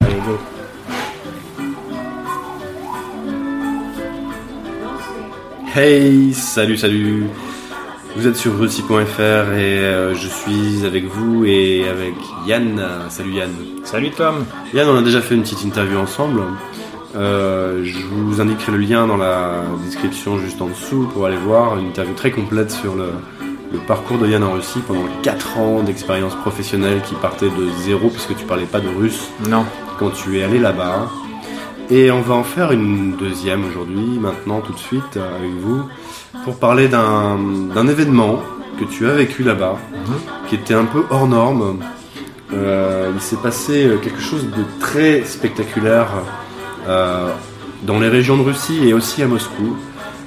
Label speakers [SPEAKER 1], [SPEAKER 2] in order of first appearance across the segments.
[SPEAKER 1] radio. Hey, salut, salut. Vous êtes sur rutsi.fr et euh, je suis avec vous et avec Yann. Salut Yann.
[SPEAKER 2] Salut Tom.
[SPEAKER 1] Yann, on a déjà fait une petite interview ensemble. Euh, je vous indiquerai le lien dans la description juste en dessous pour aller voir une interview très complète sur le, le parcours de Yann en Russie pendant 4 ans d'expérience professionnelle qui partait de zéro puisque tu parlais pas de russe
[SPEAKER 2] Non.
[SPEAKER 1] quand tu es allé là-bas. hein. Et on va en faire une deuxième aujourd'hui, maintenant, tout de suite, euh, avec vous, pour parler d'un d'un événement que tu as vécu là-bas, qui était un peu hors norme. Euh, il s'est passé euh, quelque chose de très spectaculaire euh, dans les régions de Russie et aussi à Moscou.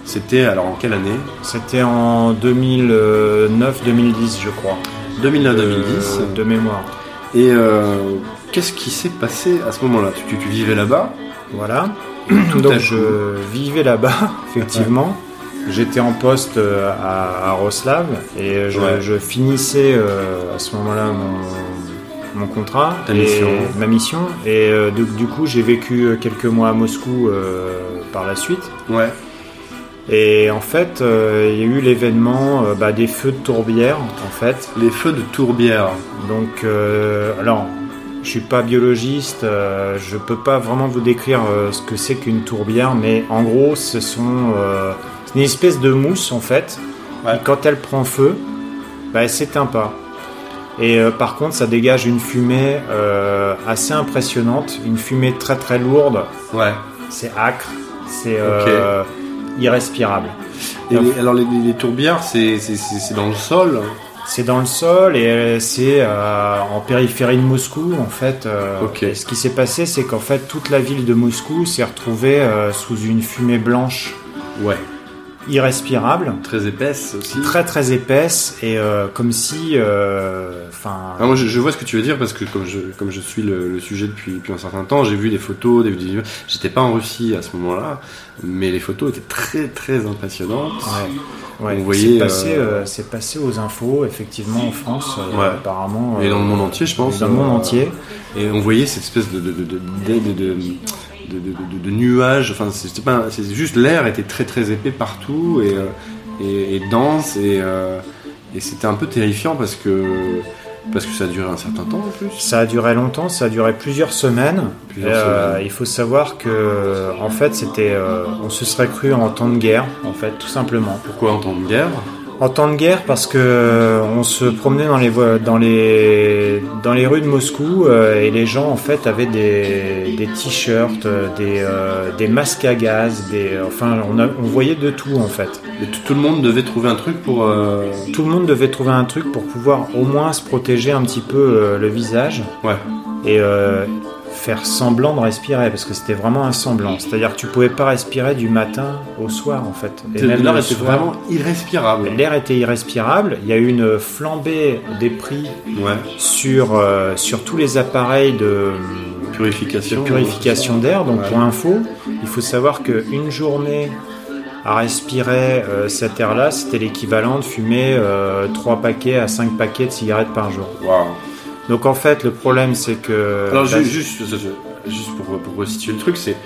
[SPEAKER 1] C'était, alors en quelle année
[SPEAKER 2] C'était en 2009-2010, je crois.
[SPEAKER 1] 2009-2010.
[SPEAKER 2] Euh, de mémoire.
[SPEAKER 1] Et euh, qu'est-ce qui s'est passé à ce moment-là tu, tu- tu vivais là-bas
[SPEAKER 2] Voilà.
[SPEAKER 1] Tout à
[SPEAKER 2] Donc
[SPEAKER 1] coup.
[SPEAKER 2] je vivais là-bas, effectivement. J'étais en poste euh, à, à Roslav et je,
[SPEAKER 1] Ouais.
[SPEAKER 2] je finissais euh, à ce moment-là mon, mon contrat,
[SPEAKER 1] Ta
[SPEAKER 2] et-
[SPEAKER 1] mission.
[SPEAKER 2] ma mission. Et euh, du, du coup, j'ai vécu euh, quelques mois à Moscou euh, par la suite.
[SPEAKER 1] Ouais.
[SPEAKER 2] Et en fait, euh, il y a eu l'événement euh, bah, des feux de tourbière, en fait.
[SPEAKER 1] Les feux de tourbière.
[SPEAKER 2] Donc, euh, alors, je suis pas biologiste, euh, je peux pas vraiment vous décrire euh, ce que c'est qu'une tourbière, mais en gros, ce sont euh, c'est une espèce de mousse en fait.
[SPEAKER 1] Ouais.
[SPEAKER 2] Et quand elle prend feu, bah, elle s'éteint pas. Et euh, par contre, ça dégage une fumée euh, assez impressionnante, une fumée très très lourde.
[SPEAKER 1] Ouais.
[SPEAKER 2] C'est acre, c'est euh, irrespirable.
[SPEAKER 1] Et les- alors les, les tourbières, c'est c'est- c'est- c'est dans le sol.
[SPEAKER 2] C'est dans le sol et euh, c'est euh, en périphérie de Moscou en fait. euh,
[SPEAKER 1] Ok.
[SPEAKER 2] et Ce qui s'est passé, c'est qu'en fait toute la ville de Moscou s'est retrouvée euh, sous une fumée blanche
[SPEAKER 1] Ouais.
[SPEAKER 2] irrespirable,
[SPEAKER 1] Très épaisse aussi.
[SPEAKER 2] très très épaisse et euh, comme si, euh, enfin,
[SPEAKER 1] Ah, moi, je, je vois ce que tu veux dire parce que comme je, comme je suis le, le sujet depuis, depuis un certain temps, j'ai vu des photos, des vidéos. J'étais pas en Russie à ce moment-là, mais les photos étaient très très impressionnantes.
[SPEAKER 2] ouais, ouais.
[SPEAKER 1] on voyait,
[SPEAKER 2] c'est passé,
[SPEAKER 1] euh,
[SPEAKER 2] euh, c'est passé aux infos effectivement en France, euh,
[SPEAKER 1] Ouais.
[SPEAKER 2] apparemment,
[SPEAKER 1] Et
[SPEAKER 2] euh,
[SPEAKER 1] dans le monde entier, je pense.
[SPEAKER 2] dans le monde
[SPEAKER 1] euh,
[SPEAKER 2] entier.
[SPEAKER 1] Et on voyait cette espèce de, de, de, de, de, de- de- de- de- de- de nuages. Enfin, c'était pas, un- c'est juste l'air était très très épais partout et, euh, et, et dense et, euh, et c'était un peu terrifiant parce que parce que ça durait un certain temps en plus.
[SPEAKER 2] Ça a duré longtemps, ça a duré plusieurs semaines.
[SPEAKER 1] Plusieurs
[SPEAKER 2] Euh,
[SPEAKER 1] semaines.
[SPEAKER 2] Il faut savoir que, en fait, c'était, euh, on se serait cru en temps de guerre, en fait, tout simplement.
[SPEAKER 1] Pourquoi en temps de guerre
[SPEAKER 2] En temps de guerre, parce que euh, on se promenait dans les voies- dans les dans les rues de Moscou euh, et les gens, en fait, avaient des, des t-shirts, euh, des euh, des masques à gaz, des, euh, enfin, on, a- on voyait de tout, en fait.
[SPEAKER 1] Mais tout, tout le monde devait trouver un truc pour. euh,
[SPEAKER 2] Tout le monde devait trouver un truc pour pouvoir au moins se protéger un petit peu euh, le visage.
[SPEAKER 1] Ouais.
[SPEAKER 2] et euh, faire semblant de respirer parce que c'était vraiment un semblant. C'est-à-dire que tu pouvais pas respirer du matin au soir en fait. Et même
[SPEAKER 1] L'air
[SPEAKER 2] le
[SPEAKER 1] était
[SPEAKER 2] soir,
[SPEAKER 1] vraiment irrespirable.
[SPEAKER 2] L'air était irrespirable. Il y a eu une flambée des prix
[SPEAKER 1] Ouais.
[SPEAKER 2] sur euh, sur tous les appareils de de
[SPEAKER 1] Purification.
[SPEAKER 2] purification d'air. Donc
[SPEAKER 1] Ouais.
[SPEAKER 2] pour info, il faut savoir que une journée à respirer euh, cet air-là, c'était l'équivalent de fumer euh, 3 paquets à 5 paquets de cigarettes par jour.
[SPEAKER 1] Waouh.
[SPEAKER 2] Donc en fait, le problème Euh, c'est que
[SPEAKER 1] Alors
[SPEAKER 2] la-
[SPEAKER 1] ju- juste, je- juste pour, pour resituer le truc, c'est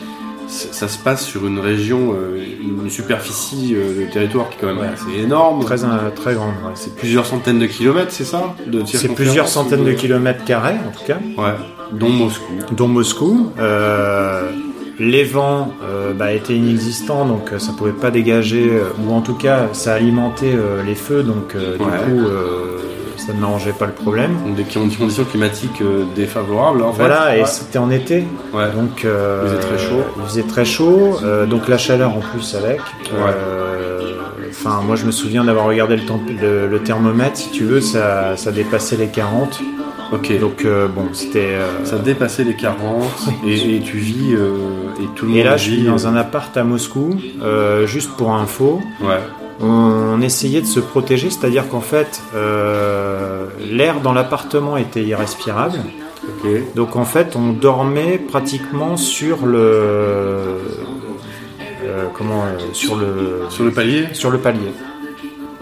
[SPEAKER 1] c'est- ça se passe sur une région, euh, une superficie euh, de territoire qui est quand même
[SPEAKER 2] Ouais.
[SPEAKER 1] assez énorme.
[SPEAKER 2] très un- très grande. ouais.
[SPEAKER 1] C'est plusieurs centaines de kilomètres, c'est ça de
[SPEAKER 2] C'est
[SPEAKER 1] circonférence
[SPEAKER 2] plusieurs centaines de
[SPEAKER 1] ou-
[SPEAKER 2] kilomètres carrés, en tout cas,
[SPEAKER 1] Ouais, dont Moscou.
[SPEAKER 2] dont Moscou. Euh, les vents euh, bah, étaient inexistants, donc euh, ça pouvait pas dégager, euh, ou en tout cas, ça alimentait euh, les feux, donc euh, du
[SPEAKER 1] Ouais.
[SPEAKER 2] coup, euh, ça n'arrangeait pas le problème.
[SPEAKER 1] Donc des, qui ont des conditions climatiques euh, défavorables, en fait.
[SPEAKER 2] Voilà, et
[SPEAKER 1] Ouais.
[SPEAKER 2] c'était en été,
[SPEAKER 1] Ouais.
[SPEAKER 2] donc euh,
[SPEAKER 1] Il faisait très chaud.
[SPEAKER 2] Il faisait très chaud, euh, donc la chaleur en plus avec. Euh, Enfin, moi je me souviens d'avoir regardé le, temp- le- le thermomètre, si tu veux, ça, ça dépassait les 40.
[SPEAKER 1] Ok.
[SPEAKER 2] Et donc euh, bon, c'était. euh,
[SPEAKER 1] ça dépassait les 40 et, et tu vis euh, et tout le
[SPEAKER 2] Et
[SPEAKER 1] monde
[SPEAKER 2] là, je
[SPEAKER 1] vit
[SPEAKER 2] suis dans un appart à Moscou, euh, juste pour info.
[SPEAKER 1] euh, ouais
[SPEAKER 2] On essayait de se protéger, c'est-à-dire qu'en fait, euh, l'air dans l'appartement était irrespirable.
[SPEAKER 1] ok
[SPEAKER 2] Donc en fait, on dormait pratiquement sur le. euh, comment euh, Sur le.
[SPEAKER 1] sur le palier
[SPEAKER 2] Sur le palier.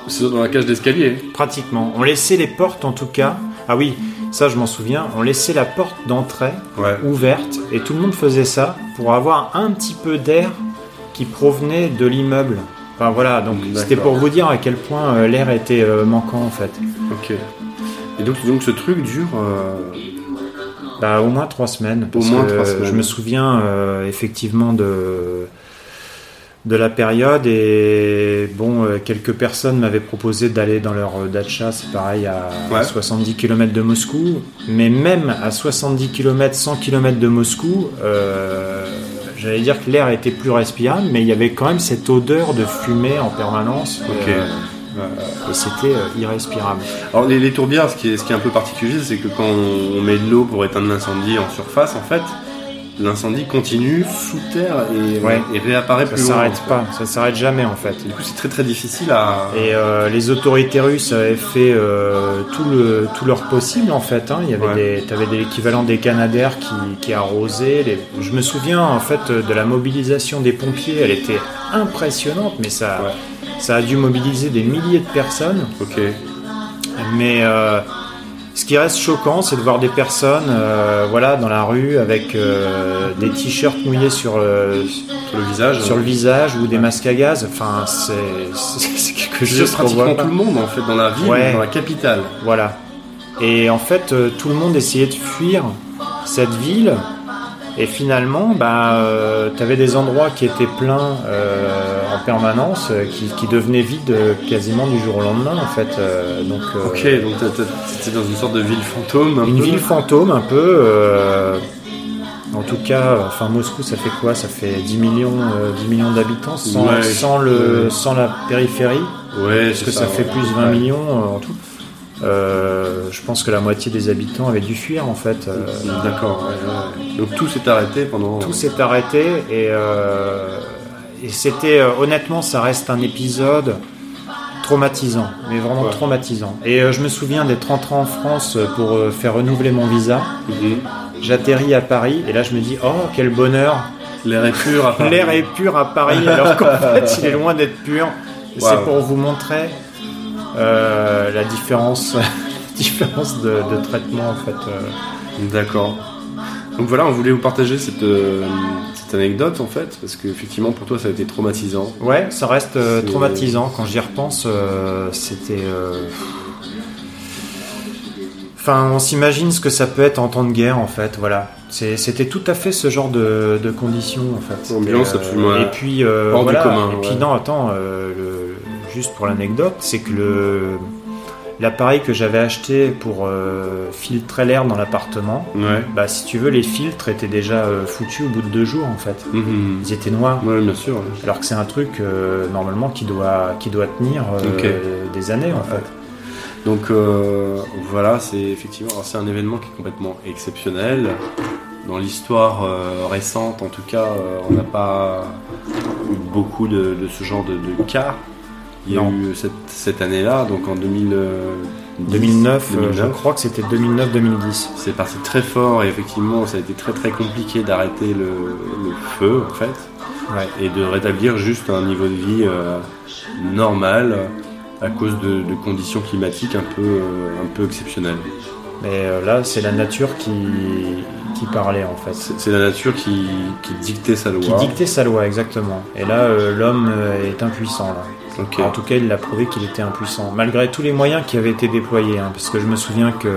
[SPEAKER 1] c'est dans la cage d'escalier
[SPEAKER 2] Pratiquement. On laissait les portes en tout cas. Ah oui, Ça, je m'en souviens. On laissait la porte d'entrée
[SPEAKER 1] Ouais.
[SPEAKER 2] euh, ouverte et tout le monde faisait ça pour avoir un petit peu d'air qui provenait de l'immeuble. Enfin voilà, donc
[SPEAKER 1] D'accord.
[SPEAKER 2] c'était pour vous dire à quel point euh, l'air était euh, manquant en fait.
[SPEAKER 1] Ok. Et donc, donc ce truc dure. euh,
[SPEAKER 2] Bah, au moins trois semaines. parce
[SPEAKER 1] moins
[SPEAKER 2] que
[SPEAKER 1] trois semaines.
[SPEAKER 2] Je me souviens euh, effectivement de de la période et bon euh, quelques personnes m'avaient proposé d'aller dans leur euh, dacha c'est pareil à
[SPEAKER 1] Ouais.
[SPEAKER 2] 70 km de Moscou mais même à 70 km 100 km de Moscou euh, j'allais dire que l'air était plus respirable mais il y avait quand même cette odeur de fumée en permanence et,
[SPEAKER 1] Ok.
[SPEAKER 2] euh,
[SPEAKER 1] ouais.
[SPEAKER 2] et c'était euh, irrespirable
[SPEAKER 1] Alors les, les tourbières, ce qui, est, ce qui est un peu particulier, c'est que quand on, on met de l'eau pour éteindre l'incendie en surface, en fait, l'incendie continue sous terre et,
[SPEAKER 2] Ouais.
[SPEAKER 1] et réapparaît
[SPEAKER 2] ça
[SPEAKER 1] plus loin.
[SPEAKER 2] s'arrête pas ça s'arrête jamais en fait
[SPEAKER 1] Du coup, c'est très très difficile à.
[SPEAKER 2] Et euh, les autorités russes avaient fait euh, tout, le, tout leur possible en fait. Hein. Il y avait
[SPEAKER 1] Ouais.
[SPEAKER 2] des, t'avais des, l'équivalent des Canadaires qui, qui arrosaient. Les... Je me souviens en fait de la mobilisation des pompiers. Elle était impressionnante, mais ça,
[SPEAKER 1] Ouais.
[SPEAKER 2] ça a dû mobiliser des milliers de personnes.
[SPEAKER 1] Ok.
[SPEAKER 2] Mais euh, ce qui reste choquant, c'est de voir des personnes, euh, voilà, dans la rue avec euh, des t-shirts mouillés sur, euh,
[SPEAKER 1] Sur le visage.
[SPEAKER 2] sur le visage ou des masques à gaz. Enfin, c'est, c'est, c'est quelque
[SPEAKER 1] C'est
[SPEAKER 2] chose qu'on voit
[SPEAKER 1] pratiquement
[SPEAKER 2] pas.
[SPEAKER 1] tout le monde en fait dans la ville,
[SPEAKER 2] Ouais.
[SPEAKER 1] dans la capitale.
[SPEAKER 2] Voilà. Et en fait, euh, tout le monde essayait de fuir cette ville. Et finalement, bah, tu avais des endroits qui étaient pleins euh, en permanence, euh, qui, qui devenaient vides euh, quasiment du jour au lendemain, en fait. Euh, donc, euh,
[SPEAKER 1] Ok, donc t'as- t'as- c'était dans une sorte de ville fantôme. Un
[SPEAKER 2] une
[SPEAKER 1] peu.
[SPEAKER 2] ville fantôme, un peu. euh, en tout cas, euh, enfin, Moscou, ça fait quoi Ça fait 10 millions, euh, 10 millions d'habitants sans,
[SPEAKER 1] Ouais,
[SPEAKER 2] sans le,
[SPEAKER 1] ouais.
[SPEAKER 2] sans la périphérie.
[SPEAKER 1] Ouais,
[SPEAKER 2] Parce
[SPEAKER 1] c'est
[SPEAKER 2] que ça, fait
[SPEAKER 1] ouais.
[SPEAKER 2] plus de 20
[SPEAKER 1] Ouais.
[SPEAKER 2] millions euh, en tout. Euh, je pense que la moitié des habitants avaient dû fuir en fait. Euh,
[SPEAKER 1] D'accord. ouais, ouais. Donc tout s'est arrêté pendant.
[SPEAKER 2] tout s'est arrêté et, euh, et c'était euh, honnêtement ça reste un épisode traumatisant, mais vraiment
[SPEAKER 1] Ouais.
[SPEAKER 2] traumatisant. Et euh, je me souviens d'être entré en France euh, pour euh, faire renouveler mon visa.
[SPEAKER 1] Mhm.
[SPEAKER 2] J'atterris à Paris et là je me dis oh quel bonheur,
[SPEAKER 1] L'air est pur. à Paris.
[SPEAKER 2] l'air est pur à Paris alors qu'en fait il est loin d'être pur. C'est
[SPEAKER 1] Waouh.
[SPEAKER 2] pour vous montrer euh, la différence, la différence de, de traitement en fait. euh.
[SPEAKER 1] D'accord. Donc voilà, on voulait vous partager cette, euh, cette anecdote en fait, parce que effectivement pour toi ça a été traumatisant.
[SPEAKER 2] Ouais, ça reste euh,
[SPEAKER 1] C'est-
[SPEAKER 2] traumatisant quand j'y repense. euh, C'était. euh, Enfin, on s'imagine ce que ça peut être en temps de guerre en fait. Voilà, C'est- c'était tout à fait ce genre de, de conditions en fait. C'était,
[SPEAKER 1] Ambiance absolument
[SPEAKER 2] Et puis euh,
[SPEAKER 1] hors du
[SPEAKER 2] voilà.
[SPEAKER 1] commun,
[SPEAKER 2] et puis
[SPEAKER 1] ouais.
[SPEAKER 2] non, attends, euh, le- juste pour l'anecdote, c'est que le l'appareil que j'avais acheté pour euh, filtrer l'air dans l'appartement.
[SPEAKER 1] Ouais.
[SPEAKER 2] Bah, si tu veux, les filtres étaient déjà euh, foutus au bout de deux jours en fait.
[SPEAKER 1] Mhm.
[SPEAKER 2] Ils étaient noirs.
[SPEAKER 1] Ouais, bien sûr.
[SPEAKER 2] Alors que c'est un truc euh, normalement qui doit, qui doit tenir euh,
[SPEAKER 1] Ok.
[SPEAKER 2] des années en
[SPEAKER 1] Ouais.
[SPEAKER 2] fait.
[SPEAKER 1] Donc euh, voilà, c'est effectivement alors, c'est un événement qui est complètement exceptionnel. Dans l'histoire euh, récente, en tout cas, euh, on n'a pas eu beaucoup de, de ce genre de, de cas. Il y a
[SPEAKER 2] Non.
[SPEAKER 1] eu cette, cette année-là, donc en 2000, euh,
[SPEAKER 2] 2009, euh,
[SPEAKER 1] 2009.
[SPEAKER 2] je crois que c'était 2009-2010.
[SPEAKER 1] C'est parti très fort et effectivement ça a été très très compliqué d'arrêter le, le feu en fait
[SPEAKER 2] Ouais.
[SPEAKER 1] et de rétablir juste un niveau de vie euh, normal à cause de, de conditions climatiques un peu, euh, un peu exceptionnelles.
[SPEAKER 2] Mais euh, là, c'est la nature qui, qui parlait en fait.
[SPEAKER 1] C'est c'est la nature qui, qui dictait sa
[SPEAKER 2] Qui
[SPEAKER 1] loi.
[SPEAKER 2] dictait sa loi exactement. Et là, euh, l'homme euh, est impuissant là.
[SPEAKER 1] Ok.
[SPEAKER 2] En tout cas, il l'a prouvé qu'il était impuissant, malgré tous les moyens qui avaient été déployés. hein, parce que je me souviens que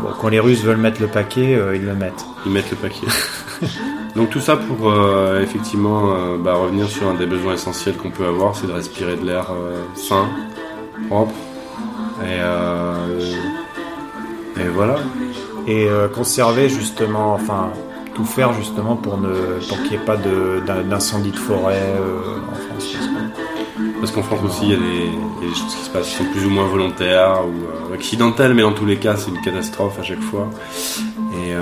[SPEAKER 2] bon, quand les Russes veulent mettre le paquet, euh, ils le mettent.
[SPEAKER 1] Ils mettent le paquet. Donc tout ça pour euh, effectivement euh, bah, revenir sur un des besoins essentiels qu'on peut avoir, c'est de respirer de l'air euh, sain, propre. Et, euh, et voilà.
[SPEAKER 2] et euh, conserver justement, enfin tout faire justement pour ne pour qu'il n'y ait pas de- d'in- d'incendie de, forêt euh, en France. parce que-
[SPEAKER 1] Parce qu'en France aussi, il y, a des, il y a des choses qui se passent qui sont plus ou moins volontaires ou euh, accidentelles, mais dans tous les cas, c'est une catastrophe à chaque fois. Et euh,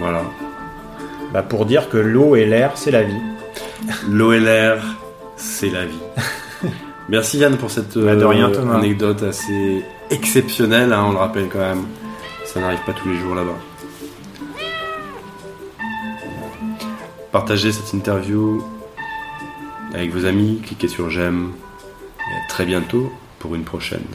[SPEAKER 1] voilà.
[SPEAKER 2] Bah, pour dire que l'eau et l'air, c'est la vie.
[SPEAKER 1] L'eau et l'air, c'est la vie. Merci Yann pour cette
[SPEAKER 2] Bah, de rien,
[SPEAKER 1] euh,
[SPEAKER 2] Thomas.
[SPEAKER 1] anecdote assez exceptionnelle, hein, on le rappelle quand même. Ça n'arrive pas tous les jours là-bas. Partagez cette interview avec vos amis, cliquez sur j'aime et à très bientôt pour une prochaine.